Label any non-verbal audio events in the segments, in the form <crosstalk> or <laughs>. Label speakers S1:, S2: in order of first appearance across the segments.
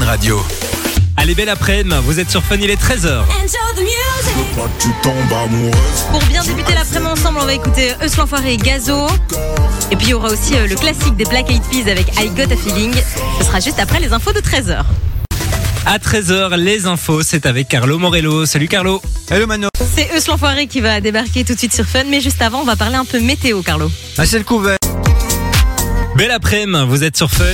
S1: radio.
S2: Allez, belle après-midi, vous êtes sur Fun, il est 13h.
S3: Enjoy the music.
S4: Pas que tu tombes amoureuse.
S5: Pour bien débuter l'après-midi ensemble, on va écouter Eus l'enfoiré et Gazo. Et puis il y aura aussi euh, le classique des Black Eyed Peas avec I Got a Feeling. Ce sera juste après les infos de 13h.
S2: À 13h, les infos, c'est avec Carlo Morello. Salut Carlo.
S6: Hello Mano.
S5: C'est Eus l'enfoiré qui va débarquer tout de suite sur Fun, mais juste avant, on va parler un peu météo, Carlo.
S6: Ah, c'est le couvert.
S2: Belle après-midi, vous êtes sur Fun.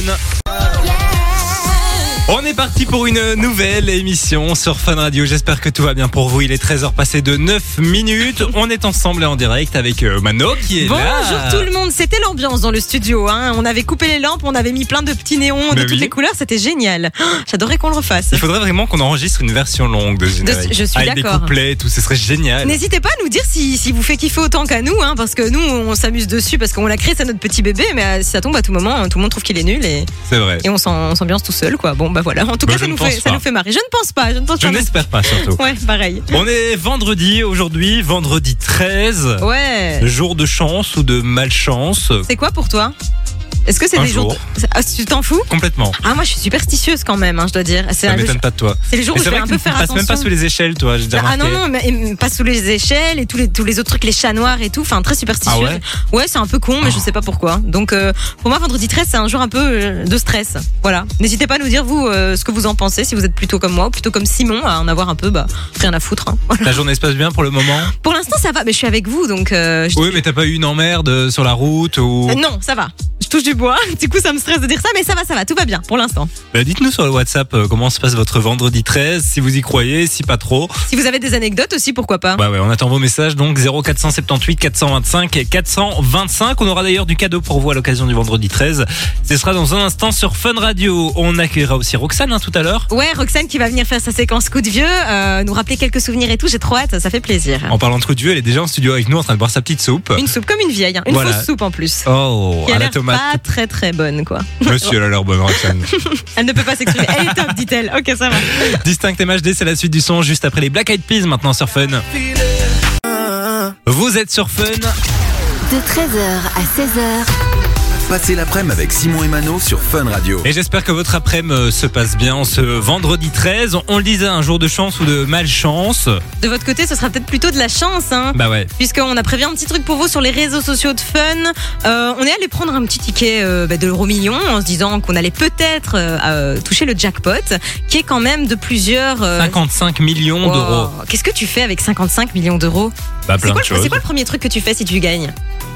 S2: On est parti pour une nouvelle émission sur Fun Radio. J'espère que tout va bien pour vous. Il est 13h passé de 9 minutes. On est ensemble et en direct avec euh, Mano qui est
S5: Bonjour
S2: là.
S5: tout le monde, c'était l'ambiance dans le studio. hein. On avait coupé les lampes, on avait mis plein de petits néons de
S2: Bah
S5: toutes
S2: oui.
S5: les couleurs, c'était génial. <gasps> Oh, J'adorais qu'on le refasse.
S2: Il faudrait vraiment qu'on enregistre une version longue de générique.
S5: De- je suis
S2: Avec des
S5: d'accord.
S2: couplets et tout, ce serait génial.
S5: N'hésitez pas à nous dire si, si vous fait kiffer autant qu'à nous, hein, parce que nous, on s'amuse dessus, parce qu'on l'a créé, c'est notre petit bébé, mais euh, ça tombe à tout moment, hein, tout le monde trouve qu'il est nul et,
S2: C'est vrai.
S5: et on s'en- on s'ambiance tout seul, quoi. Bon, bah voilà. En tout
S2: Bah,
S5: cas,
S2: je
S5: ça
S2: ne
S5: nous,
S2: pense
S5: fait, ça
S2: pas.
S5: nous fait marrer. Je ne pense pas, je ne pense
S2: Je
S5: pas. non
S2: n'espère pas surtout.
S5: plus. Ouais, pareil.
S2: On est vendredi aujourd'hui, vendredi 13.
S5: Ouais.
S2: Jour de chance ou de malchance
S5: C'est quoi pour toi Est-ce que c'est
S2: Un
S5: des jours.
S2: jour.
S5: de- Ah, tu t'en fous
S2: Complètement.
S5: Ah, moi, je suis superstitieuse quand même, hein, je dois dire. C'est
S2: Ça
S5: un-
S2: m'étonne pas de toi.
S5: c'est le jour
S2: Mais
S5: où je
S2: c'est
S5: vais
S2: vrai
S5: un
S2: que
S5: peu
S2: tu
S5: faire
S2: passes
S5: attention.
S2: même pas sous les échelles, toi. J'ai déjà
S5: Ah non,
S2: remarqué.
S5: non, mais, mais pas sous les échelles et tous les, tous les autres trucs, les chats noirs et tout, enfin très superstitieux.
S2: Ah ouais Ah.
S5: c'est un peu con, mais je sais pas pourquoi. Donc euh, pour moi, vendredi 13, c'est un jour un peu euh, de stress. Voilà. N'hésitez pas à nous dire, vous, euh, ce que vous en pensez, si vous êtes plutôt comme moi ou plutôt comme Simon, à en avoir un peu, bah rien à foutre. hein. Voilà.
S2: Ta journée se passe bien pour le moment
S5: Pour l'instant, ça va, mais je suis avec vous, donc euh, je-
S2: Oui, mais t'as pas eu une emmerde euh, sur la route ou.
S5: Euh, non, ça va. Je touche du bois, <laughs> du coup ça me stresse de dire ça, mais ça va, ça va, tout va bien pour l'instant.
S2: Bah, Dites-nous sur le WhatsApp euh, comment se passe votre vendredi 13, si vous y croyez, si pas trop.
S5: Si vous avez des anecdotes aussi, pourquoi pas
S2: Bah ouais, on attend vos messages donc 0478 425 et 425. On aura d'ailleurs du cadeau pour vous à l'occasion du vendredi 13. Ce sera dans un instant sur Fun Radio. On accueillera aussi Roxane hein, tout à l'heure.
S5: Ouais, Roxane qui va venir faire sa séquence coup de vieux, euh, nous rappeler quelques souvenirs et tout, j'ai trop hâte, ça fait plaisir.
S2: En parlant de coup de vieux, elle est déjà en studio avec nous en train de boire sa petite soupe.
S5: Une soupe comme une vieille, hein. une
S2: Voilà.
S5: fausse soupe en plus.
S2: Oh,
S5: Qui a
S2: à la
S5: l'air pas
S2: tomate.
S5: très très bonne quoi.
S2: Monsieur, elle a l'air
S5: <laughs>
S2: bonne, Roxane.
S5: Elle ne peut pas s'exprimer. Elle est top, dit-elle. Ok, ça va.
S2: Distinct MHD, c'est la suite du son juste après les Black Eyed Peas maintenant sur Fun. Vous êtes sur Fun.
S3: De 13h à 16h,
S1: Passez l'après-midi avec Simon et Mano sur Fun Radio.
S2: Et j'espère que votre après-midi euh, se passe bien en ce vendredi 13. On le disait, un jour de chance ou de malchance.
S5: De votre côté, ce sera peut-être plutôt de la chance, hein.
S2: Bah ouais.
S5: Puisqu'on a prévu un petit truc pour vous sur les réseaux sociaux de fun. Euh, on est allé prendre un petit ticket euh, bah, de l'euro million en se disant qu'on allait peut-être euh, euh, toucher le jackpot, qui est quand même de plusieurs. euh,
S2: 55 millions
S5: wow.
S2: d'euros.
S5: Qu'est-ce que tu fais avec 55 millions d'euros
S2: Bah
S5: C'est
S2: plein
S5: quoi,
S2: de
S5: le- c'est
S2: choses.
S5: quoi le premier truc que tu fais si tu gagnes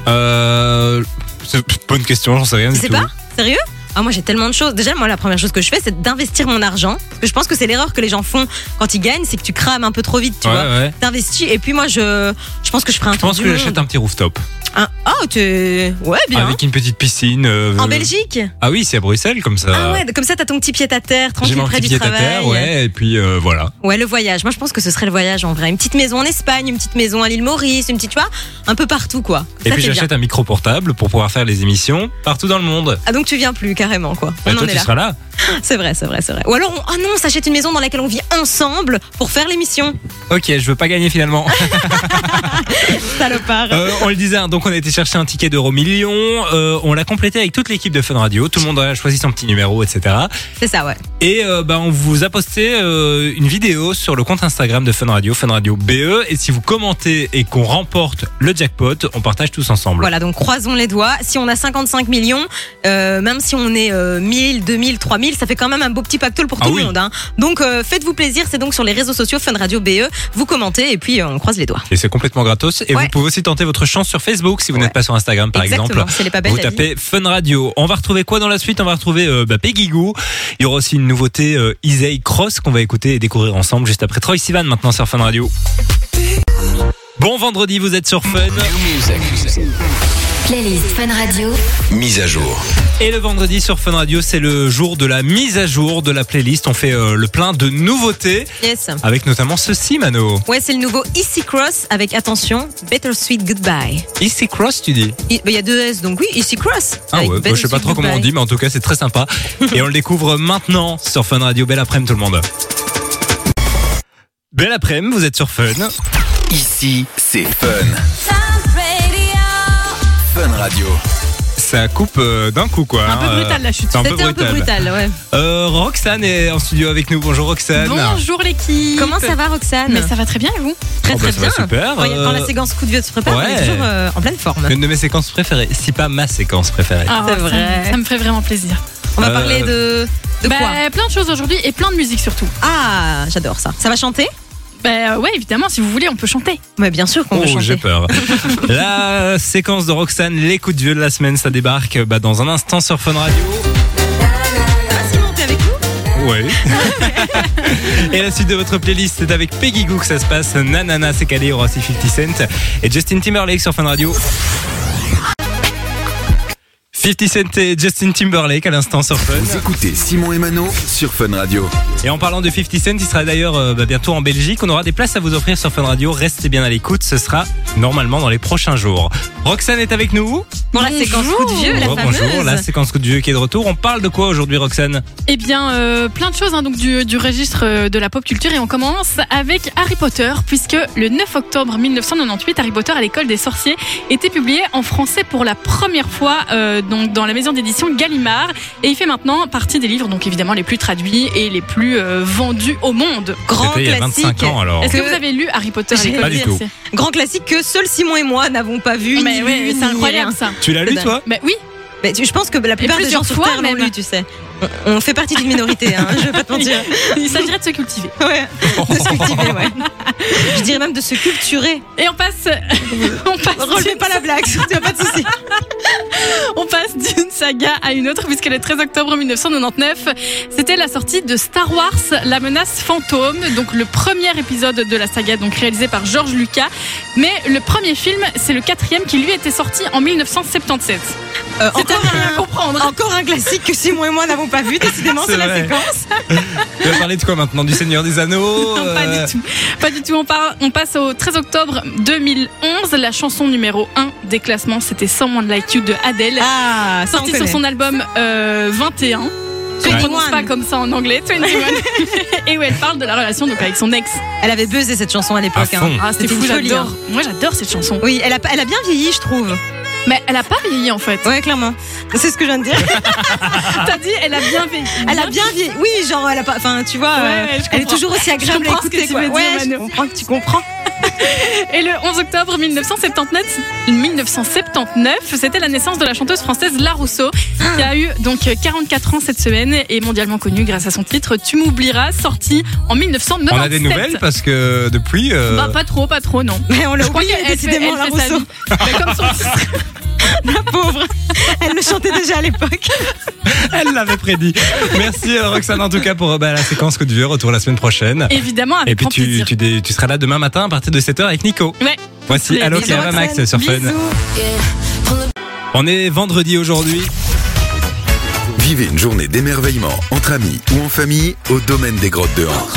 S2: Euh, c'est bonne question, j'en sais rien
S5: Tu
S2: du
S5: sais
S2: tout.
S5: pas Sérieux ah, moi j'ai tellement de choses. Déjà moi la première chose que je fais c'est d'investir mon argent. Parce que je pense que c'est l'erreur que les gens font quand ils gagnent, c'est que tu crames un peu trop vite, tu
S2: ouais,
S5: vois.
S2: ouais.
S5: T'investis et puis moi je je pense que je ferai un
S2: Je
S5: tour
S2: pense
S5: du
S2: que
S5: monde.
S2: j'achète un Ah petit rooftop
S5: Un- Oh tu ouais bien.
S2: avec une petite piscine. euh,
S5: En Belgique
S2: Ah oui, c'est à Bruxelles comme ça.
S5: Ah ouais, comme ça t'as ton petit pied à
S2: Euh,
S5: terre,
S2: J'ai
S5: tranquille
S2: mon
S5: près
S2: petit
S5: du
S2: pied à
S5: travail.
S2: terre, ouais, et puis euh, voilà.
S5: Ouais, le voyage. Moi je pense que ce serait le voyage en vrai. Une petite maison en Espagne, une petite maison à l'île Maurice, une petite tu vois, un peu partout quoi.
S2: Et
S5: ça
S2: puis
S5: c'est bien.
S2: j'achète un micro portable pour pouvoir faire les émissions partout dans le monde.
S5: Ah donc tu viens plus carrément quoi.
S2: Et
S5: On
S2: toi,
S5: en est
S2: tu
S5: là.
S2: seras là.
S5: C'est vrai, c'est vrai, c'est vrai. Ou alors on... oh non, on s'achète une maison dans laquelle on vit ensemble pour faire l'émission.
S2: Ok, je veux pas gagner
S5: <laughs>
S2: finalement.
S5: Salopard.
S2: Euh, on le disait, hein, donc on a été chercher un ticket d'euro million. euh, on l'a complété avec toute l'équipe de Fun Radio. Tout le monde a choisi son petit numéro, etc.
S5: C'est ça, ouais.
S2: Et euh, bah, on vous a posté euh, une vidéo sur le compte Instagram de Fun Radio, Fun Radio BE. Et si vous commentez et qu'on remporte le jackpot, on partage tous ensemble.
S5: Voilà, donc croisons les doigts. Si on a 55 millions, euh, même si on est euh, 1000, 2000, 3000, ça fait quand même un beau petit pactole pour
S2: Ah
S5: tout
S2: oui.
S5: le monde. hein. Donc euh, faites-vous plaisir, c'est donc sur les réseaux sociaux Fun Radio BE. Vous commentez et puis euh, on croise les doigts.
S2: Et c'est complètement gratos. Et
S5: Ouais.
S2: vous pouvez aussi tenter votre chance sur Facebook si vous
S5: Ouais.
S2: n'êtes pas sur Instagram, par
S5: Exactement,
S2: exemple.
S5: c'est les pas belles,
S2: Vous
S5: la vie.
S2: tapez Fun Radio. On va retrouver quoi dans la suite On va retrouver euh, bah, Peggy Goo. Il y aura aussi une nouveauté euh, Isaiah Cross qu'on va écouter et découvrir ensemble juste après Troy Sivan maintenant sur Fun Radio. Bon vendredi, vous êtes sur Fun.
S3: playlist Fun Radio.
S1: Mise à jour.
S2: Et le vendredi sur Fun Radio, c'est le jour de la mise à jour de la playlist. On fait euh, le plein de nouveautés
S5: Yes.
S2: avec notamment ceci, Mano.
S5: Ouais, c'est le nouveau Easy Cross avec attention, Better Sweet Goodbye.
S2: Ici Cross, tu dis
S5: Il bah, il y a deux S donc oui, Easy Cross.
S2: Ah
S5: avec
S2: ouais, bah,
S5: Better
S2: je sais pas
S5: Sweet
S2: trop comment on
S5: Goodbye.
S2: dit, mais en tout cas, c'est très <laughs> sympa. Et on le découvre maintenant sur Fun Radio. Belle après-midi, tout le monde. Belle après-midi, vous êtes sur Fun.
S1: Ici, c'est Fun.
S3: Fun Radio.
S1: Fun Radio.
S2: ça coupe euh, d'un coup, quoi.
S5: Un peu
S2: hein,
S5: brutal
S2: euh,
S5: la chute.
S2: c'est un peu
S5: C'était un peu
S2: brutal.
S5: brutal, ouais.
S2: Euh, Roxane est en studio avec nous. Bonjour Roxane.
S6: Bonjour l'équipe.
S5: Comment ça va, Roxane
S6: Mais ça va très bien et vous
S5: Très
S2: Oh, bah,
S5: très
S2: ça va
S5: bien.
S2: super.
S5: Quand, il y a- quand la
S2: Euh,
S5: séquence coup de vieux se prépare, on
S2: ouais.
S5: est toujours euh, en pleine forme.
S2: Une de mes séquences préférées, si pas ma séquence préférée.
S6: Ah,
S5: C'est
S6: ça me-
S5: vrai.
S6: Ça, me fait vraiment plaisir.
S5: On va
S2: Euh,
S5: parler de, de
S6: Bah,
S5: quoi
S6: plein de choses aujourd'hui et plein de musique surtout.
S5: Ah, j'adore ça. Ça va chanter
S6: Bah ouais, évidemment, si vous voulez, on peut chanter.
S5: Mais bien sûr qu'on
S2: Oh,
S5: peut
S2: j'ai <laughs>
S5: chanter.
S2: peur. la séquence de Roxane, les coups de vieux de la semaine, ça débarque bah, dans un instant sur Fun Radio.
S5: Ah, Simon, t'es avec
S2: <laughs>
S5: nous
S2: Oui. et la suite de votre playlist, c'est avec Peggy Goo que ça se passe. Nanana, c'est calé, il y aura aussi 50 Cent et Justin Timberlake sur Fun Radio. 50 Cent et Justin Timberlake à l'instant sur Fun.
S1: Vous écoutez Simon et Mano sur Fun Radio.
S2: Et en parlant de 50 Cent, il sera d'ailleurs euh, bah, bientôt en Belgique. On aura des places à vous offrir sur Fun Radio. Restez bien à l'écoute. Ce sera normalement dans les prochains jours. Roxane est avec nous.
S5: Bon, la séquence coup de vieux, la
S2: Oh,
S5: fameuse.
S2: bonjour, la séquence coup de vieux qui est de retour. On parle de quoi aujourd'hui, Roxane
S6: Eh bien, euh, plein de choses hein, donc du, du registre euh, de la pop culture et on commence avec Harry Potter puisque le 9 octobre 1998, Harry Potter à l'école des sorciers était publié en français pour la première fois euh, donc dans la maison d'édition Gallimard et il fait maintenant partie des livres donc évidemment les plus traduits et les plus euh, vendus au monde.
S5: Grand
S2: C'était il y a 25
S5: classique.
S2: ans alors.
S6: Est-ce que
S5: Que-
S6: vous avez lu Harry Potter à
S5: J'ai
S6: l'école
S2: pas
S6: des
S2: du tout.
S6: sorciers
S5: Grand classique que seuls Simon et moi n'avons pas vu.
S6: Mais
S5: ni
S6: ouais,
S5: lu,
S6: c'est
S5: ni rien.
S6: incroyable ça.
S2: Tu
S5: Eh
S2: l'as lu,
S5: ben.
S2: toi
S6: Mais
S5: <laughs>
S6: oui,
S5: Mais tu- je pense que la plupart des gens
S6: plusieurs
S5: sur
S6: fois
S5: Terre l'ont
S6: même.
S5: lu, tu sais. On, on fait partie d'une minorité, hein, je vais pas te
S6: <laughs>
S5: mentir.
S6: il s'agirait de se cultiver.
S5: Ouais, de se cultiver, ouais. Je dirais même de se culturer.
S6: Et
S5: <laughs>
S6: on passe, on passe,
S5: Relevez pas la blague, <laughs> surtout, pas de soucis.
S6: on passe d'une saga à une autre puisque le 13 octobre 1999, c'était la sortie de Star Wars, la menace fantôme, donc le premier épisode de la saga, donc réalisé par George Lucas. Mais le premier film, c'est le quatrième qui lui était sorti en 1977.
S5: Euh,
S6: C'est à
S5: encore,
S6: rien <laughs> comprendre.
S5: un, encore un classique que Simon et moi n'avons pas vu, décidément,
S2: C'est
S5: c'est la
S2: vrai.
S5: séquence.
S2: Tu vas parler de quoi maintenant Du Seigneur des
S5: <laughs>
S2: Anneaux
S6: Non, pas
S2: euh,
S6: du tout. Pas du tout. On, part- on passe au 13 octobre 2011. La chanson numéro 1 des classements, c'était Someone Like You de Adele.
S5: Ah, ça, on
S6: sortie sur
S5: connaît.
S6: son album euh, 21. Qu'on
S5: 21.
S6: prononce pas comme ça en anglais, 21.
S5: <laughs>
S6: et où elle parle de la relation donc avec son ex.
S5: Elle avait buzzé cette chanson à
S2: À
S5: l'époque.
S2: fond.
S5: hein.
S6: Ah,
S5: C'était une folie,
S6: j'adore.
S5: hein.
S6: Moi, j'adore cette chanson.
S5: Oui, elle a, elle a bien vieilli, je trouve.
S6: Mais elle a pas vieilli en fait.
S5: Ouais, clairement. C'est ce que je viens de
S6: <laughs>
S5: dire.
S6: T'as dit, elle a bien vieilli.
S5: Ah.
S6: hein.
S5: Elle a bien vieilli. Oui, genre, elle a pas. Enfin, tu vois,
S6: Ouais,
S5: euh,
S6: ouais, je
S5: elle est
S6: comprends.
S5: toujours aussi agréable à
S6: comprends ce que
S5: écouter,
S6: tu
S5: quoi.
S6: veux dire,
S5: Ouais, je
S6: Manon.
S5: comprends que tu comprends.
S6: Et le 11 octobre 1979, 1979 c'était la naissance de la chanteuse française La Rousseau, qui a eu donc 44 ans cette semaine et mondialement connue grâce à son titre Tu m'oublieras, sorti en 1997.
S2: On a des nouvelles parce que depuis. euh,
S6: Bah, pas trop, pas trop, non.
S5: Mais on l'a
S6: Je crois
S5: oublié,
S6: qu'elle fait-
S5: décidément,
S6: elle
S5: la
S6: fait sa
S5: Rousseau.
S6: vie. Mais comme son
S2: <laughs>
S6: titre.
S5: La pauvre. Elle le chantait déjà à l'époque.
S2: <laughs> Elle l'avait prédit. Merci euh, Roxane en tout cas pour euh, bah, la séquence coup de vieux. Retour la semaine prochaine.
S6: Évidemment, avec
S2: Et puis
S6: grand
S2: tu,
S6: plaisir.
S2: tu, dé- tu seras là demain matin à partir de 7h avec Nico.
S6: Ouais.
S2: Voici
S6: Bisous,
S2: Allo
S6: bisous,
S2: Clara Max
S6: Roxane.
S2: sur Fun. On est vendredi aujourd'hui.
S1: Vivez une journée d'émerveillement entre amis ou en famille au domaine des grottes de Han.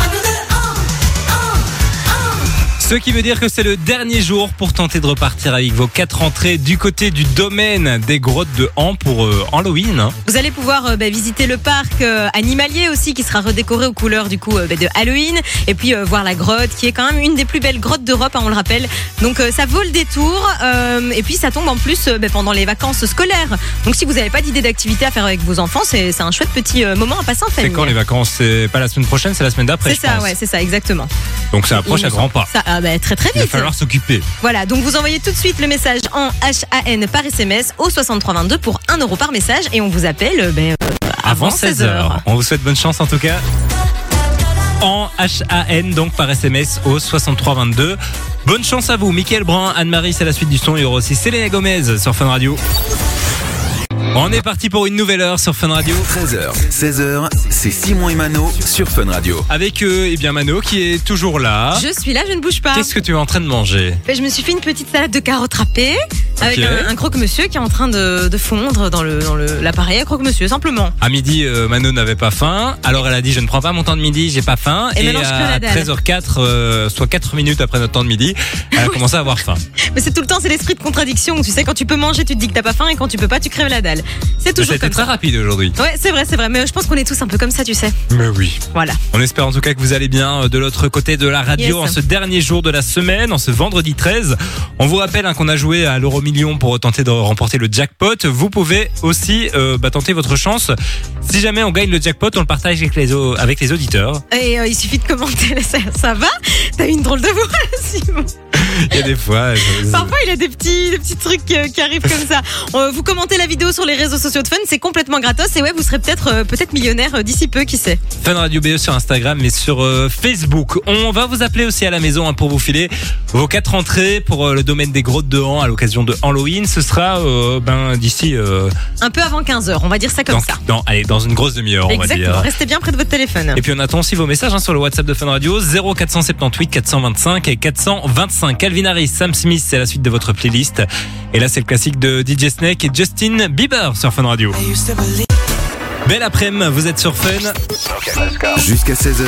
S2: Ce qui veut dire que c'est le dernier jour pour tenter de repartir avec vos quatre entrées du côté du domaine des grottes de Han pour euh, Halloween. hein.
S5: Vous allez pouvoir euh, bah, visiter le parc euh, animalier aussi, qui sera redécoré aux couleurs du coup euh, bah, de Halloween, et puis euh, voir la grotte, qui est quand même une des plus belles grottes d'Europe, hein, on le rappelle. Donc euh, ça vaut le détour, euh, et puis ça tombe en plus euh, bah, pendant les vacances scolaires. Donc si vous n'avez pas d'idée d'activité à faire avec vos enfants, c'est c'est un chouette petit euh, moment à passer en
S2: C'est
S5: famille.
S2: quand les vacances C'est pas la semaine prochaine, c'est la semaine d'après.
S5: C'est
S2: je
S5: ça,
S2: pense.
S5: ouais, c'est ça, exactement.
S2: Donc ça approche
S5: Il
S2: à
S5: me
S2: grands pas.
S5: Ça, ah, bah, très très
S2: Il va
S5: vite.
S2: falloir s'occuper.
S5: Voilà, donc vous envoyez tout de suite le message en HAN par SMS au 6322 pour 1 euro par message, et on vous appelle euh, bah, euh,
S2: avant
S5: 16
S2: 16h.
S5: heures.
S2: On vous souhaite bonne chance en tout cas. En HAN, donc par SMS au 6322. Bonne chance à vous, Mickaël Brun, Anne-Marie, c'est la suite du son. Il y aura aussi Selena Gomez sur Fun Radio. On est parti pour une nouvelle heure sur Fun Radio.
S1: 13h, 16h, c'est Simon et Mano sur Fun Radio.
S2: Avec euh, eh bien Mano qui est toujours là.
S5: Je suis là, je ne bouge pas.
S2: Ah. Qu'est-ce que tu es en train de manger
S5: Ben, je me suis fait une petite salade de carottes râpées avec
S2: Ok.
S5: un, un croque-monsieur qui est en train de, de fondre dans l'appareil le, dans le- l'appareil à croque-monsieur, simplement.
S2: À midi, euh, Mano n'avait pas faim. Alors elle a dit Je ne prends pas mon temps de midi, j'ai pas faim.
S5: Et maintenant, je creux
S2: à
S5: la dalle.
S2: 13h04, euh, soit 4 minutes après notre temps de midi, elle a commencé à avoir faim.
S5: Mais c'est tout le temps, c'est l'esprit de contradiction. Tu sais, quand tu peux manger, tu te dis que t'as pas faim, et quand tu peux pas, tu crèves la dalle. C'est
S2: Mais
S5: <laughs> toujours
S2: C'était
S5: comme
S2: très
S5: ça.
S2: rapide aujourd'hui.
S5: Ouais, c'est vrai, c'est vrai. Mais je pense qu'on est tous un peu comme ça, tu sais.
S2: Mais oui.
S5: Voilà.
S2: On espère en tout cas que vous allez bien euh, de l'autre côté de la radio
S5: Yes.
S2: en ce dernier jour de la semaine, en ce vendredi 13. On vous rappelle hein, qu'on a joué à l'Euro millions pour tenter de remporter le jackpot. Vous pouvez aussi euh, bah, tenter votre chance. Si jamais on gagne le jackpot, on le partage avec les, au- avec les auditeurs.
S5: Et euh, il suffit de commenter, <laughs> ça, ça va T'as eu une drôle de voix, <laughs> Simon.
S2: Il y a des fois. je-
S5: Parfois, il a des petits, des petits trucs euh, qui arrivent comme
S2: <laughs>
S5: ça. Euh, vous commentez la vidéo sur les réseaux sociaux de Fun, c'est complètement gratos. Et ouais, vous serez peut-être euh, peut-être millionnaire euh, d'ici peu, qui sait.
S2: Fun Radio BE sur Instagram mais sur euh, Facebook. On va vous appeler aussi à la maison hein, pour vous filer vos quatre entrées pour euh, le domaine des grottes de Han à l'occasion de Halloween. Ce sera euh, ben d'ici euh,
S5: Un peu avant 15h, on va dire ça comme
S2: dans,
S5: ça.
S2: dans- allez, dans une grosse demi-heure on va
S5: Exactement,
S2: dire.
S5: restez bien près de votre téléphone.
S2: Et puis on attend aussi vos messages hein, sur le WhatsApp de Fun Radio 0478 425 et 425. Calvin Harris, Sam Smith, c'est la suite de votre playlist. Et là c'est le classique de DJ Snake et Justin Bieber sur Fun Radio. Belle après-midi, vous êtes sur Fun.
S1: Jusqu'à 16h,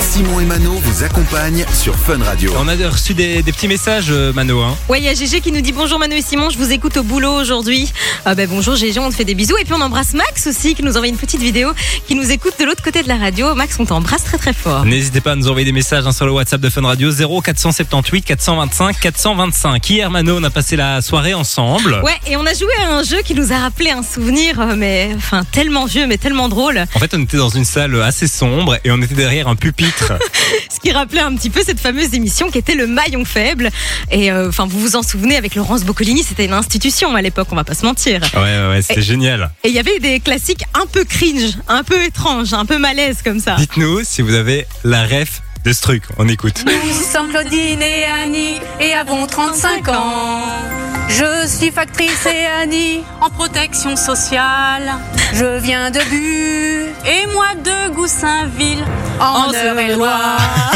S1: Simon et Mano vous accompagnent sur Fun Radio.
S2: On a reçu des, des petits messages, euh, Mano. Hein.
S5: Ouais, il y a Gégé qui nous dit bonjour Manu et Simon, je vous écoute au boulot aujourd'hui. Ah ben bonjour Gégé, on te fait des bisous. Et puis on embrasse Max aussi qui nous envoie une petite vidéo, qui nous écoute de l'autre côté de la radio. Max, on t'embrasse très très fort.
S2: N'hésitez pas à nous envoyer des messages hein, sur le WhatsApp de Fun Radio 0 478 425 425. Hier, Mano, on a passé la soirée ensemble.
S5: Ouais, et on a joué à un jeu qui nous a rappelé un souvenir, euh, mais enfin tellement vieux, mais tellement drôle.
S2: En fait, on était dans une salle assez sombre et on était derrière un
S5: <laughs>
S2: pupitre.
S5: Ce qui rappelait un petit peu cette fameuse émission qui était le maillon faible. Et euh, enfin, vous vous en souvenez, avec Laurence Boccolini, c'était une institution à l'époque, on va pas se mentir.
S2: ouais, ouais, ouais, c'était génial.
S5: Et il y avait des classiques un peu cringe, un peu étranges, un peu malaise comme ça.
S2: Dites-nous si vous avez la ref de ce truc. On écoute.
S7: Nous sommes Claudine et Annie et avons 35 ans. Je suis factrice et Annie en protection sociale. Je viens de Bu et moi de Goussainville en,
S5: En
S7: Eure-et-Loire.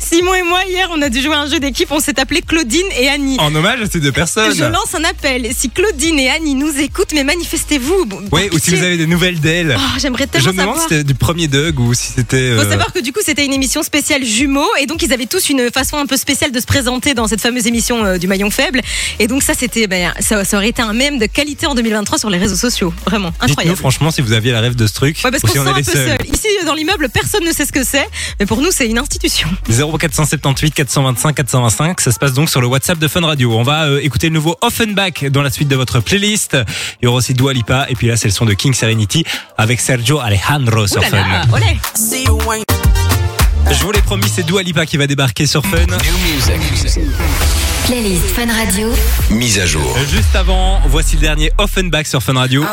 S5: Simon et moi, hier, on a dû jouer à un jeu d'équipe. On s'est appelé Claudine et Annie.
S2: En hommage à ces deux personnes.
S5: Je lance un appel. Si Claudine et Annie nous écoutent, mais manifestez-vous. Bon, par
S2: Ouais, ou si
S5: pitié.
S2: vous avez des nouvelles d'elle.
S5: Oh, J'aimerais
S2: Je me
S5: tellement
S2: demande
S5: savoir.
S2: si c'était du premier Doug ou si c'était.
S5: Faut
S2: euh,
S5: savoir que du coup c'était une émission spéciale jumeaux et donc ils avaient tous une façon un peu spéciale de se présenter dans cette fameuse émission euh, du maillon faible et donc ça c'était ben, ça, ça aurait été un mème de qualité en 2023 sur les réseaux sociaux vraiment
S2: Dites-nous
S5: incroyable.
S2: franchement si vous aviez la rêve de ce truc.
S5: Ouais, parce
S2: ou
S5: qu'on
S2: si
S5: se
S2: on
S5: sent
S2: est
S5: un peu
S2: les seuls.
S5: seul. Ici dans l'immeuble personne ne sait ce que c'est mais pour nous c'est une institution.
S2: 0478 425 425, ça se passe donc sur le WhatsApp de Fun Radio. On va euh, écouter le nouveau Offenbach dans la suite de votre playlist. Il y aura aussi Dua Lipa et puis là c'est le son de King Serenity avec Sergio Alejandro sur
S5: Ouh là là,
S2: Fun.
S5: olé.
S2: Je vous l'ai promis, c'est Dua Lipa qui va débarquer sur Fun.
S3: Playlist Fun Radio.
S1: Mise à jour.
S2: Juste avant, voici le dernier Offenbach sur Fun Radio.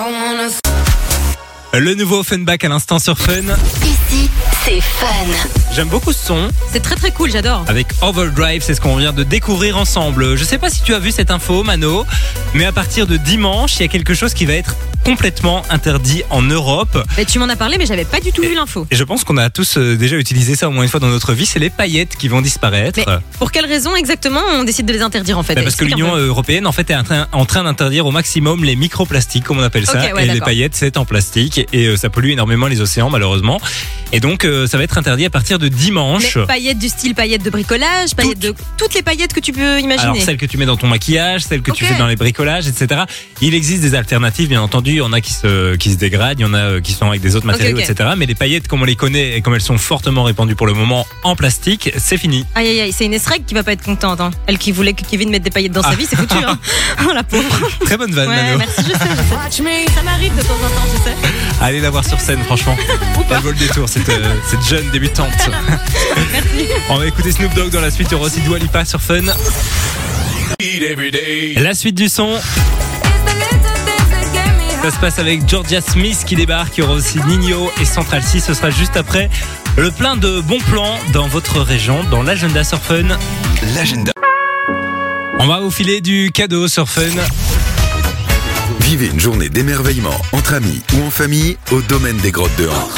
S2: Le nouveau Offenbach à l'instant sur Fun.
S3: Ici, c'est fun.
S2: J'aime beaucoup ce son
S5: C'est très très cool, j'adore.
S2: avec Overdrive, c'est ce qu'on vient de découvrir ensemble. Je sais pas si tu as vu cette info, Mano, mais à partir de dimanche, il y a quelque chose qui va être complètement interdit en Europe.
S5: Mais tu m'en as parlé mais j'avais pas du tout vu l'info.
S2: Et je pense qu'on a tous euh, déjà utilisé ça au moins une fois dans notre vie, c'est les paillettes qui vont disparaître.
S5: Mais pour quelle raison exactement on décide de les interdire en fait
S2: Bah, Ah. parce que
S5: Explique un
S2: l'Union
S5: peu.
S2: européenne en fait est en train, en train d'interdire au maximum les microplastiques, comme on appelle ça,
S5: Ok, ouais,
S2: et les
S5: d'accord.
S2: paillettes c'est en plastique et euh, ça pollue énormément les océans malheureusement. Et donc euh, ça va être interdit à partir de dimanche.
S5: Mais paillettes du style paillettes de bricolage, paillettes de toutes les paillettes que tu peux
S2: Alors
S5: imaginer.
S2: celles que tu mets dans ton maquillage, celles que tu
S5: Ok.
S2: fais dans les bricolages, etc. Il existe des alternatives, bien entendu. Il y en a qui se, qui se dégradent, il y en a euh, qui sont avec des autres
S5: Ok,
S2: matériaux,
S5: ok.
S2: etc. Mais les paillettes, comme on les connaît et comme elles sont fortement répandues pour le moment en plastique, c'est fini.
S5: Aïe aïe aïe, c'est une esrègue qui va pas être contente. hein. Elle qui voulait que Kevin mette des paillettes dans
S2: Ah.
S5: sa vie, c'est foutu.
S2: <laughs>
S5: Hein. Oh la pauvre.
S2: Très bonne vanne,
S5: Ouais,
S2: Mano.
S5: merci, je sais, je sais. Ça m'arrive de temps en temps, je sais.
S2: Allez la voir sur scène, franchement. Elle vaut le détour, cette, euh, cette jeune débutante. On va écouter Snoop Dogg dans la suite. Il y aura aussi Dua Lipa sur Fun. La suite du son. Ça se passe avec Georgia Smith qui débarque. Il y aura aussi Nino et Central 6. Ce sera juste après le plein de bons plans dans votre région, dans l'agenda sur Fun.
S1: L'agenda.
S2: On va vous filer du cadeau sur Fun.
S1: Vivez une journée d'émerveillement entre amis ou en famille au domaine des grottes de Han.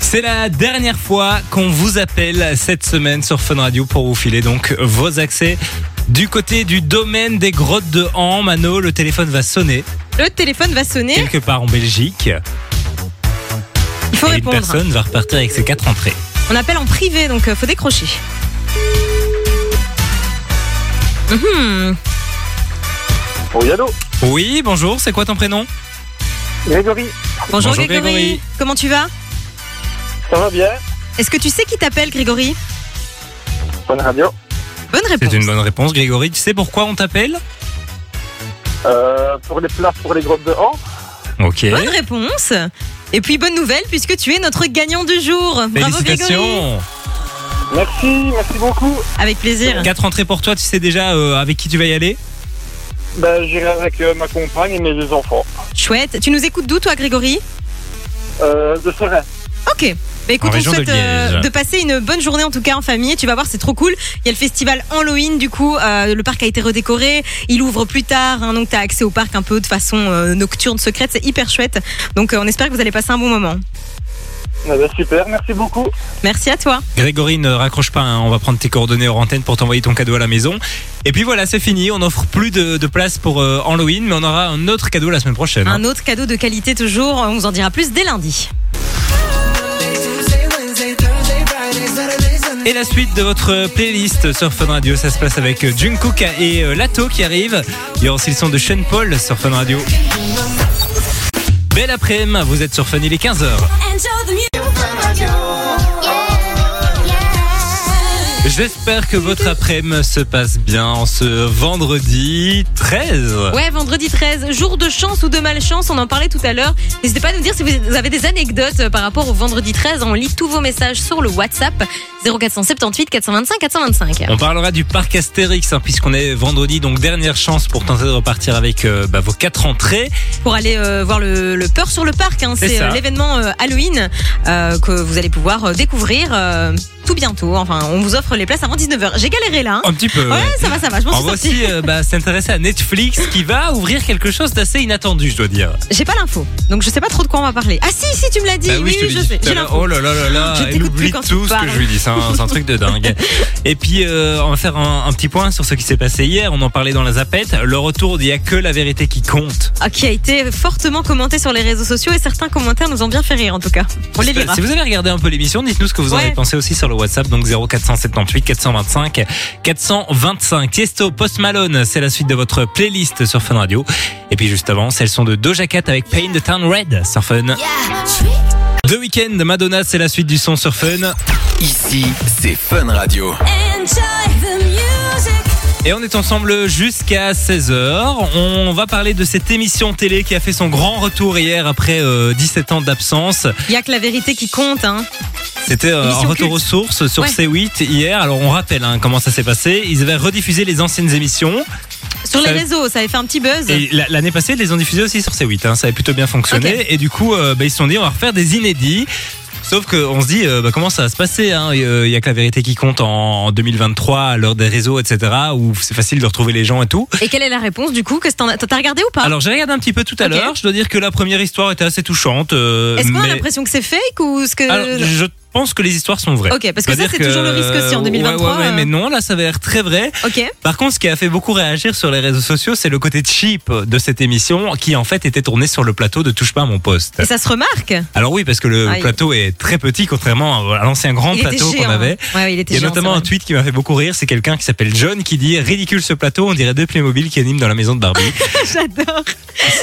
S2: C'est la dernière fois qu'on vous appelle cette semaine sur Fun Radio pour vous filer donc vos accès. Du côté du domaine des grottes de Han, Mano, le téléphone va sonner
S5: Le téléphone va sonner,
S2: quelque part en Belgique
S5: il faut
S2: et une
S5: répondre.
S2: personne va repartir avec ses quatre entrées.
S5: On appelle en privé, donc euh, faut décrocher. Mhm.
S8: Oui, allô
S2: Oui, bonjour, c'est quoi ton prénom
S8: Grégory,
S5: Bonjour,
S2: Bonjour,
S5: Grégory.
S2: Grégory.
S5: Comment tu vas
S8: ça va bien
S5: Est-ce que tu sais qui t'appelle Grégory
S8: Bonne radio.
S5: Bonne réponse.
S2: C'est une bonne réponse, Grégory. Tu sais pourquoi on t'appelle
S8: Euh, pour les places pour les grottes de Han,
S2: Ok.
S5: Bonne réponse. Et puis bonne nouvelle puisque tu es notre gagnant du jour. Bravo Grégory.
S2: Félicitations
S8: merci, merci beaucoup.
S5: Avec plaisir.
S2: Quatre entrées pour toi, tu sais déjà euh, avec qui tu vas y aller
S8: Ben, J'irai avec euh, ma compagne et mes deux enfants.
S5: Chouette. Tu nous écoutes d'où toi Grégory
S8: Euh, de Serein.
S5: Ok. Bah
S2: En
S5: écoute, on te
S2: région de
S5: souhaite euh,
S2: Liège.
S5: de passer une bonne journée en tout cas en famille. Tu vas voir, c'est trop cool. Il y a le festival Halloween du coup. euh, le parc a été redécoré. Il ouvre plus tard, hein, donc t'as accès au parc un peu de façon euh, nocturne, secrète. C'est hyper chouette. Donc euh, on espère que vous allez passer un bon moment.
S8: Ah ben, super, merci beaucoup.
S5: Merci à toi.
S2: Grégory, ne raccroche pas, hein, on va prendre tes coordonnées hors antenne pour t'envoyer ton cadeau à la maison. Et puis voilà, c'est fini, on offre plus de, de place pour euh, Halloween, mais on aura un autre cadeau la semaine prochaine. hein.
S5: Un autre cadeau de qualité toujours. On vous en dira plus dès lundi.
S2: Et la suite de votre playlist sur Fun Radio, ça se passe avec Jungkook et euh, Lato qui arrivent. Il y a aussi le son de Sean Paul sur Fun Radio. Belle après-midi, vous êtes sur Fun, il est 15h. J'espère que votre après-midi se passe bien en ce vendredi 13.
S5: Ouais, vendredi 13, jour de chance ou de malchance, on en parlait tout à l'heure. N'hésitez pas à nous dire si vous avez des anecdotes euh, par rapport au vendredi 13. On lit tous vos messages sur le WhatsApp 0478 425 425.
S2: On parlera du parc Astérix, hein, puisqu'on est vendredi, donc dernière chance pour tenter de repartir avec euh, bah, vos quatre entrées.
S5: Pour aller euh, voir le, le Peur sur le Parc, hein,
S2: C'est
S5: c'est
S2: ça.
S5: euh, l'événement euh, Halloween euh, que vous allez pouvoir euh, découvrir euh, tout bientôt. Enfin, on vous offre les places avant 19h. J'ai galéré là. hein.
S2: Un petit peu.
S5: Ouais, ça va, ça va, je m'en
S2: On
S5: suis
S2: va
S5: sortie.
S2: aussi euh, bah, s'intéresser à Netflix qui va ouvrir quelque chose d'assez inattendu, je dois dire.
S5: J'ai pas l'info, donc je sais pas trop de quoi on va parler. Ah si, si, tu me l'as dit,
S2: Bah
S5: oui,
S2: te
S5: oui,
S2: le
S5: je
S2: dis
S5: sais,
S2: tout à
S5: j'ai
S2: l'heure.
S5: l'info.
S2: Oh là là là là,
S5: Je
S2: elle
S5: t'écoute plus
S2: oublie
S5: quand tu
S2: tout ce que
S5: parles.
S2: je lui dis, c'est un, c'est un truc de dingue. Et puis euh, on va faire un, un petit point sur ce qui s'est passé hier. On en parlait dans la zapette. Le retour d'il y a que la vérité qui compte.
S5: Ah, qui a été fortement commenté sur les réseaux sociaux et certains commentaires nous ont bien fait rire en tout cas. On les lira.
S2: Si vous avez regardé un peu l'émission, dites-nous ce que vous en
S5: Ouais.
S2: avez pensé aussi sur le WhatsApp, donc 0478 425 425. Tiesto Post Malone, c'est la suite de votre playlist sur Fun Radio. Et puis juste avant, c'est le son de Doja Cat avec Pain the Town Red sur Fun. The Weeknd, Madonna, c'est la suite du son sur Fun.
S1: Ici, c'est Fun Radio.
S2: Et on est ensemble jusqu'à 16h. On va parler de cette émission télé qui a fait son grand retour hier après euh, 17 ans d'absence.
S5: Il y a que la vérité qui compte. Hein.
S2: C'était euh, un
S5: Émission
S2: retour
S5: culte.
S2: aux sources sur
S5: Ouais.
S2: C8 hier. Alors on rappelle hein, comment ça s'est passé. Ils avaient rediffusé les anciennes émissions.
S5: Sur les
S2: Ça-
S5: réseaux, ça avait fait un petit buzz.
S2: Et la- l'année passée, ils les ont diffusées aussi sur C8. hein. Ça avait plutôt bien fonctionné. Et du coup, euh, bah, ils se sont dit, on va refaire des inédits. Sauf qu'on se dit, euh, bah, comment ça va se passer hein Il n'y a que la vérité qui compte en 2023, à l'heure des réseaux, etc. Où c'est facile de retrouver les gens et tout.
S5: Et quelle est la réponse du coup Qu'est-ce que t'en as- T'as regardé ou pas
S2: Alors j'ai regardé un petit peu tout à
S5: Ok.
S2: l'heure. Je dois dire que la première histoire était assez touchante. euh,
S5: Est-ce qu'on a
S2: mais-
S5: l'impression que c'est fake ou ce que.
S2: Alors, je pense que les histoires sont vraies.
S5: Ok, parce que ça,
S2: C'est-à-dire
S5: c'est toujours le risque aussi en
S2: Ouais,
S5: 2023,
S2: ouais, ouais,
S5: euh.
S2: Mais non, là, ça avait l'air très vrai.
S5: Ok.
S2: Par contre, ce qui a fait beaucoup réagir sur les réseaux sociaux, c'est le côté cheap de cette émission qui, en fait, était tournée sur le plateau de Touche pas à mon poste.
S5: Et ça se remarque
S2: Alors oui, parce que le
S5: Aïe.
S2: plateau est très petit, contrairement à l'ancien grand
S5: Il était
S2: plateau qu'on
S5: géant.
S2: avait.
S5: Ouais, ouais, il était
S2: Il y a
S5: géant,
S2: notamment un
S5: c'est vrai.
S2: tweet qui m'a fait beaucoup rire, c'est quelqu'un qui s'appelle John qui dit ridicule ce plateau, on dirait deux Playmobil qui animent dans la maison de
S5: <laughs>
S2: Barbie.
S5: J'adore.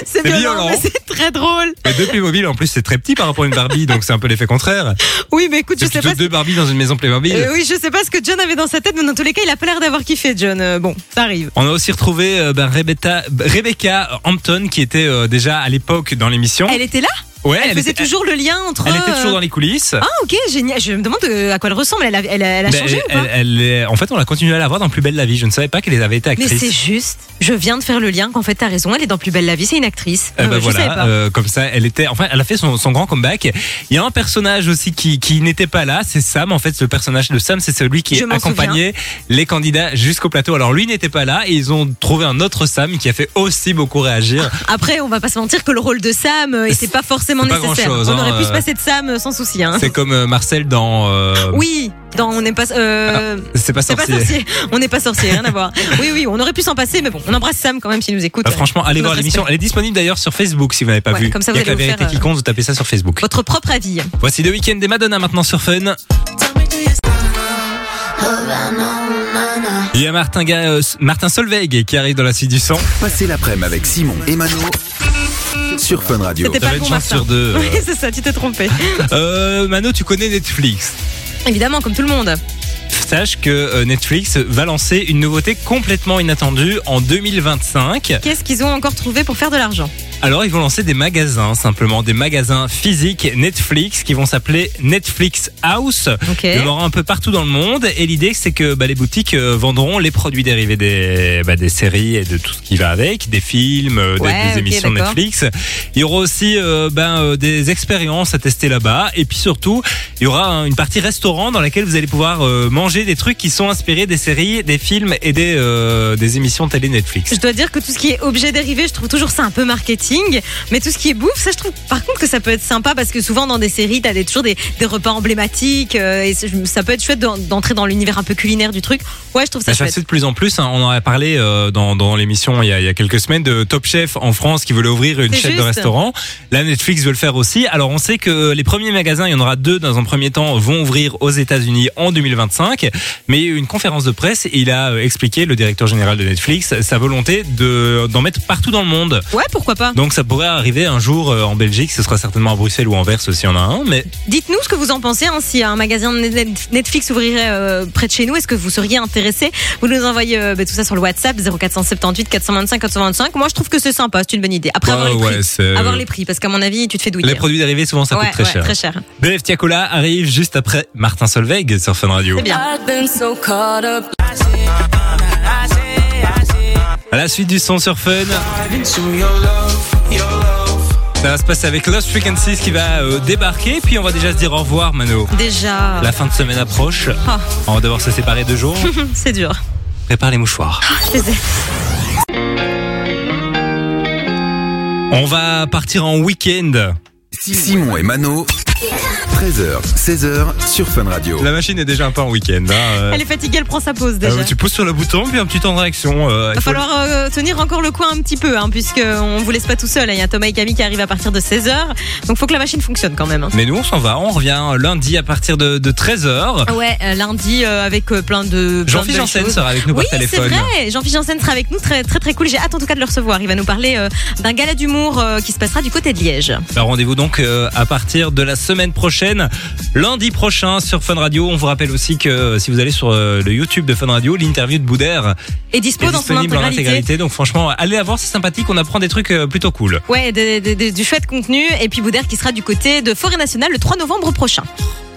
S5: C'est violent,
S2: violent.
S5: mais c'est très drôle.
S2: Mais deux Playmobil en plus c'est très petit par rapport à une Barbie, donc c'est un peu l'effet contraire.
S5: Oui, mais écoute, je
S2: C'est
S5: sais
S2: plutôt
S5: pas.
S2: deux Barbie dans une maison Playmobil.
S5: Euh, oui, je sais pas ce que John avait dans sa tête, mais dans tous les cas, il a pas l'air d'avoir kiffé, John. Euh, bon, ça arrive.
S2: On a aussi retrouvé euh, ben, Rebecca, Rebecca Hampton qui était euh, déjà à l'époque dans l'émission.
S5: Elle était là
S2: ouais,
S5: Elle, faisait
S2: était,
S5: toujours le lien entre.
S2: elle était toujours
S5: euh,
S2: dans les coulisses.
S5: Ah, ok, génial. Je me demande euh, à quoi elle ressemble. Elle a, elle a- elle a
S2: Ben,
S5: changé ou
S2: elle-
S5: pas
S2: elle- elle est- en fait, on l'a continué à la voir dans Plus belle la vie. Je ne savais pas qu'elle avait été
S5: Mais
S2: actrice.
S5: c'est juste, je viens de faire le lien qu'en fait t'as raison, elle est dans Plus belle la vie, c'est une actrice.
S2: Eh ben
S5: Euh, je savais
S2: voilà,
S5: pas.
S2: euh, comme ça, elle était. Enfin, elle a fait son, son grand comeback. Il y a un personnage aussi qui, qui n'était pas là, c'est Sam. En fait, le personnage de Sam, c'est celui qui
S5: Je m'en
S2: accompagnait les candidats jusqu'au plateau. Alors lui n'était pas là et ils ont trouvé un autre Sam qui a fait aussi beaucoup réagir.
S5: <laughs> Après, on va pas se mentir que le rôle de Sam euh, était pas forcément
S2: c'est pas
S5: nécessaire.
S2: grand-chose,
S5: on
S2: hein,
S5: aurait pu
S2: euh,
S5: se passer de Sam euh, sans souci. Hein.
S2: C'est comme euh, Marcel dans. euh,
S5: Oui, dans on n'est pas. euh,
S2: C'est pas
S5: C'est pas
S2: Ah, sorcier.
S5: sorcier, on n'est pas sorcier, rien
S2: <laughs>
S5: à voir. Oui, oui, on aurait pu s'en passer, mais bon, on embrasse Sam quand même s'il nous écoute.
S2: Bah, franchement, allez
S5: Notre
S2: voir l'émission.
S5: respect.
S2: Elle est disponible d'ailleurs sur Facebook si vous n'avez pas
S5: Ouais,
S2: vu.
S5: comme ça,
S2: Il y a
S5: vous
S2: que la
S5: allez vous
S2: vérité
S5: faire,
S2: qui
S5: euh,
S2: compte, vous tapez ça sur Facebook.
S5: Votre propre avis.
S2: Voici le week-end des Madonna maintenant sur Fun. Il y a Martin, Ga- euh, S- Martin Solveig qui arrive dans la suite du son.
S1: Passez l'après-midi avec Simon et Mano sur Fun Radio.
S5: C'était pas
S2: T'avais
S5: le
S2: une
S5: bon
S2: chance
S5: Martin.
S2: sur deux. euh.
S5: Oui, <laughs>
S2: <laughs>
S5: c'est ça, tu t'es trompé.
S2: Euh, Mano, tu connais Netflix.
S5: Évidemment, comme tout le monde.
S2: sache que euh, Netflix va lancer une nouveauté complètement inattendue en 2025.
S5: Qu'est-ce qu'ils ont encore trouvé pour faire de l'argent
S2: Alors, ils vont lancer des magasins, simplement des magasins physiques Netflix qui vont s'appeler Netflix House.
S5: Ok.
S2: Il y en aura un peu partout dans le monde. Et l'idée, c'est que bah, les boutiques euh, vendront les produits dérivés des, bah, des séries et de tout ce qui va avec, des films, euh, des,
S5: Ouais,
S2: des
S5: ok,
S2: émissions
S5: d'accord.
S2: Netflix. Il y aura aussi euh, ben, euh, des expériences à tester là-bas. Et puis surtout, il y aura hein, une partie restaurant dans laquelle vous allez pouvoir euh, manger des trucs qui sont inspirés des séries, des films et des, euh, des émissions télé Netflix.
S5: Je dois dire que tout ce qui est objet dérivé, je trouve toujours ça un peu marketing. Mais tout ce qui est bouffe, ça, je trouve par contre que ça peut être sympa parce que souvent dans des séries, t'as des, toujours des, des repas emblématiques euh, et c'est- ça peut être chouette d'en- d'entrer dans l'univers un peu culinaire du truc. Ouais, je trouve ça
S2: Ça
S5: chouette.
S2: se de plus en plus. hein. On en a parlé euh, dans, dans l'émission il, y a- il y a quelques semaines de Top Chef en France qui voulait ouvrir une
S5: C'est
S2: chaîne de
S5: juste.
S2: restaurant. Là, Netflix veut le faire aussi. Alors, on sait que euh, les premiers magasins, il y en aura deux dans un premier temps, vont ouvrir aux États-Unis en 2025. Mais il y a eu une conférence de presse et il a euh, expliqué, le directeur général de Netflix, sa volonté de d'en mettre partout dans le monde.
S5: Ouais, pourquoi pas.
S2: Donc, ça pourrait arriver un jour euh, en Belgique. Ce sera certainement à Bruxelles ou Anvers s'il y en a un. Mais
S5: Dites-nous ce que vous en pensez. hein, si un magasin de Net- Netflix ouvrirait euh, près de chez nous, est-ce que vous seriez intéressé Vous nous envoyez euh, bah, tout ça sur le WhatsApp 0478 425 425. Moi, je trouve que c'est sympa, c'est une bonne idée. Après avoir les
S2: Ouais,
S5: prix,
S2: ouais, c'est- euh,
S5: avoir les prix, parce qu'à mon avis, tu te fais douiller. hein.
S2: les produits dérivés, souvent, ça
S5: ouais,
S2: coûte très
S5: ouais,
S2: cher.
S5: très cher.
S2: BF Tiakola arrive juste après Martin Solveig sur Fun Radio.
S5: C'est bien.
S2: À la suite du son sur Fun. Ça va se passer avec Lost Frequencies qui va euh, débarquer, puis on va déjà se dire au revoir, Mano.
S5: Déjà.
S2: La fin de semaine approche.
S5: Ah.
S2: On va devoir se séparer deux
S5: <laughs>
S2: jours.
S5: C'est dur.
S2: Euh, Prépare les mouchoirs.
S5: Ah,
S2: On va partir en week-end.
S1: Simon et Mano, 13h, 16h sur Fun Radio.
S2: La machine est déjà un peu en week-end. hein, euh.
S5: Elle est fatiguée, elle prend sa pause déjà.
S2: Euh, tu pousses sur le bouton, puis un petit temps de réaction. euh, il
S5: Va
S2: faut le-
S5: falloir euh, tenir encore le coin un petit peu, hein, puisqu'on vous laisse pas tout seul. hein. Il y a Thomas et Camille qui arrivent à partir de 16h. Donc faut que la machine fonctionne quand même. hein.
S2: Mais nous, on s'en va. On revient lundi à partir de, 13h.
S5: Ouais, euh, lundi euh, avec euh, plein de. plein de
S2: Jean-Philippe
S5: belles
S2: Janssen
S5: choses.
S2: sera avec nous
S5: Oui,
S2: par
S5: c'est
S2: téléphone.
S5: vrai. Jean-Philippe Janssen sera avec nous, très très très cool. J'ai hâte en tout cas de le recevoir. Il va nous parler euh, d'un gala d'humour euh, qui se passera du côté de Liège.
S2: Bah, Rendez-vous donc euh, à partir de la semaine prochaine, lundi prochain sur Fun Radio. On vous rappelle aussi que euh, si vous allez sur euh, le YouTube de Fun Radio, l'interview de Boudère
S5: Et
S2: est
S5: dispo dans son
S2: disponible en
S5: intégralité.
S2: intégralité. Donc franchement, allez la voir, c'est sympathique. On apprend des trucs euh, plutôt cool.
S5: Ouais, des- des- des- du chouette contenu. Et puis Boudère qui sera du côté de Forêt Nationale le 3 novembre prochain.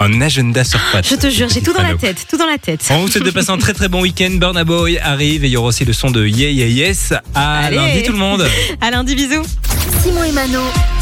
S2: Un agenda sur pattes.
S5: Je te jure, j'ai tout dans la tête, tout dans la tête.
S2: On vous souhaite de passer un très très bon week-end. Burna Boy arrive et il y aura aussi le son de Yeah Yeah Yes. À
S5: Allez.
S2: lundi tout le monde.
S5: À lundi, bisous.
S3: Simon et Mano.